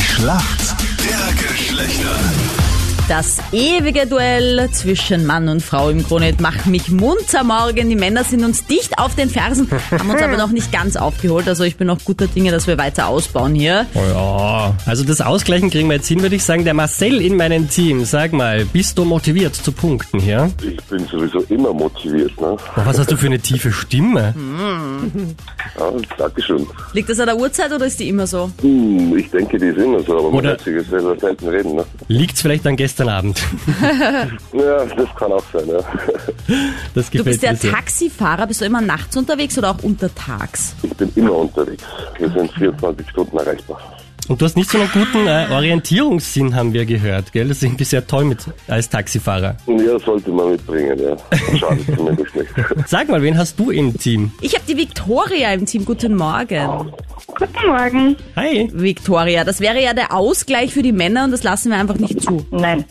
Schlacht der Geschlechter. Das ewige Duell zwischen Mann und Frau im Kronet macht mich munter morgen. Die Männer sind uns dicht auf den Fersen, haben uns aber noch nicht ganz aufgeholt. Also ich bin noch guter Dinge, dass wir weiter ausbauen hier. Oh ja, also das Ausgleichen kriegen wir jetzt hin, würde ich sagen. Der Marcel in meinem Team, sag mal, bist du motiviert zu punkten hier? Ich bin sowieso immer motiviert, ne? Oh, was hast du für eine tiefe Stimme? Ja, Dankeschön. Liegt das an der Uhrzeit oder ist die immer so? Hm, ich denke, die sind es, aber man Oder- lässt sich jetzt selber selten reden, ne? Liegt's vielleicht an gestern Abend? Ja, das kann auch sein, ja. Das Du bist gefällt ja mir sehr. Taxifahrer, bist du immer nachts unterwegs oder auch untertags? Ich bin immer unterwegs. Wir sind 24 Stunden erreichbar. Und du hast nicht so einen guten äh, Orientierungssinn, haben wir gehört, gell? Das ist irgendwie sehr toll mit als Taxifahrer. Ja, sollte man mitbringen, ja. Schadet zumindest nicht. Sag mal, wen hast du im Team? Ich habe die Viktoria im Team. Guten Morgen. Guten Morgen. Hi. Viktoria, das wäre ja der Ausgleich für die Männer und das lassen wir einfach nicht zu. Nein,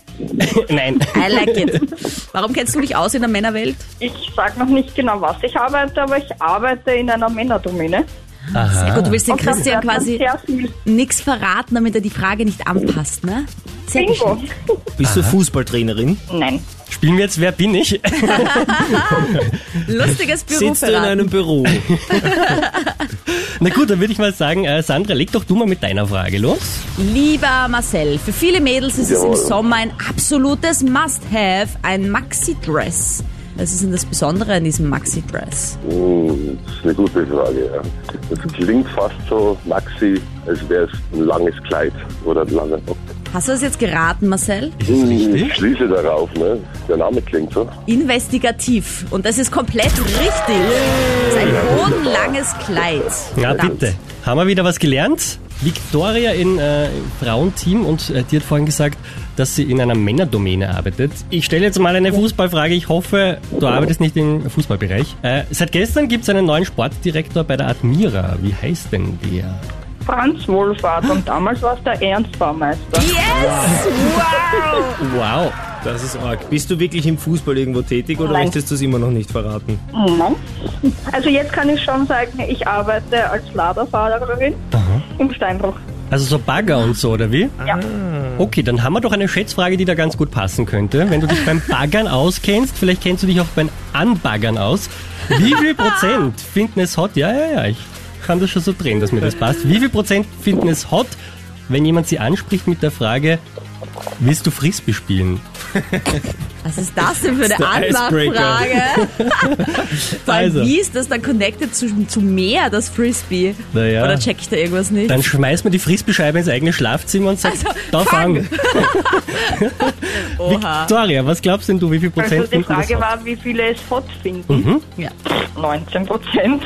Nein. I like it. Warum kennst du dich aus in der Männerwelt? ich sage noch nicht genau, was ich arbeite, aber ich arbeite in einer Männerdomäne. Sehr gut, du willst den Und das Christian hört man quasi Sehr viel nichts verraten, damit er die Frage nicht anpasst, ne? Sehr Bingo. geschickt. Bist du Fußballtrainerin? Nein, Spielen wir jetzt Wer bin ich? Lustiges Beruf. Sitzt du in einem Büro? Na gut, dann würde ich mal sagen, äh, Sandra, leg doch du mal mit deiner Frage los. Lieber Marcel, für viele Mädels ist Jawohl. es im Sommer ein absolutes Must-Have, ein Maxi-Dress. Was ist denn das Besondere an diesem Maxi-Dress? Hm, das ist eine gute Frage, ja. Das klingt fast so, Maxi, als wäre es ein langes Kleid oder ein langer Rock. Hast du das jetzt geraten, Marcel? Hm, Ich schließe darauf, ne? Der Name klingt so. Investigativ. Und das ist komplett richtig. Das ist ein hohenlanges Kleid. Ja, Verdammt. bitte. Haben wir wieder was gelernt? Victoria in, äh, im Frauenteam und äh, die hat vorhin gesagt, dass sie in einer Männerdomäne arbeitet. Ich stelle jetzt mal eine Fußballfrage. Ich hoffe, du arbeitest nicht im Fußballbereich. Äh, seit gestern gibt es einen neuen Sportdirektor bei der Admira. Wie heißt denn der? Franz Wohlfahrt und damals war es der Ernst Baumeister. Yes! Wow! Wow. Das ist arg. Bist du wirklich im Fußball irgendwo tätig oder Nein. möchtest du es immer noch nicht verraten? Nein. Also jetzt kann ich schon sagen, ich arbeite als Laderfahrerin im Steinbruch. Also so Bagger und so, oder wie? Ah. Ja. Okay, dann haben wir doch eine Schätzfrage, die da ganz gut passen könnte. Wenn du dich beim Baggern auskennst, vielleicht kennst du dich auch beim Anbaggern aus. Wie viel Prozent finden es hot? Ja, ja, ja, ich kann das schon so drehen, dass mir das passt. Wie viel Prozent finden es hot, wenn jemand sie anspricht mit der Frage, willst du Frisbee spielen? Was ist das denn für eine der Icebreaker. Anmachfrage? Vor allem, Also. wie ist das dann connected zu, zu mehr, das Frisbee? Naja. Oder check ich da irgendwas nicht? Dann schmeißt man die Frisbeescheibe ins eigene Schlafzimmer und sagt, Also, da fang." fang. Victoria, was glaubst denn du, wie viel Prozent Ah. Also die finden es Frage hot? war, wie viele es hot finden. Ja. 19 Prozent.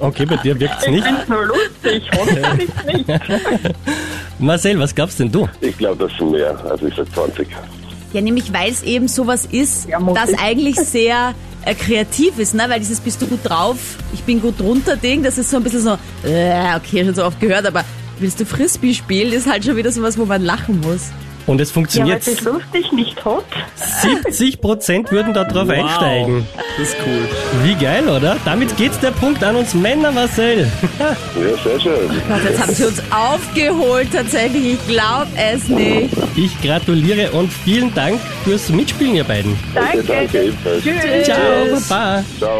Okay, bei dir wirkt's nicht. Ist nur lustig, hot finde ich nicht. Marcel, was glaubst denn du? Ich glaube, das sind mehr. Also ich sag 20. Ja, nämlich weil es eben sowas ist, Ja, muss das ich. eigentlich sehr äh, kreativ ist, ne? Weil dieses bist du gut drauf, ich bin gut drunter Ding, das ist so ein bisschen so, äh, okay, schon so oft gehört, aber willst du Frisbee spielen, ist halt schon wieder sowas, wo man lachen muss. Und es Ja, aber funktioniert. es ist lustig, nicht hot. 70 Prozent würden da drauf einsteigen. Das ist cool. Wie geil, oder? Damit geht's der Punkt an uns Männer, Marcel. Ja, sehr schön. Gott, jetzt haben sie uns aufgeholt tatsächlich, ich glaub es nicht. Ich gratuliere und vielen Dank fürs Mitspielen, ihr beiden. Danke. Danke, ebenfalls. Tschüss. Ciao, Baba. Ciao.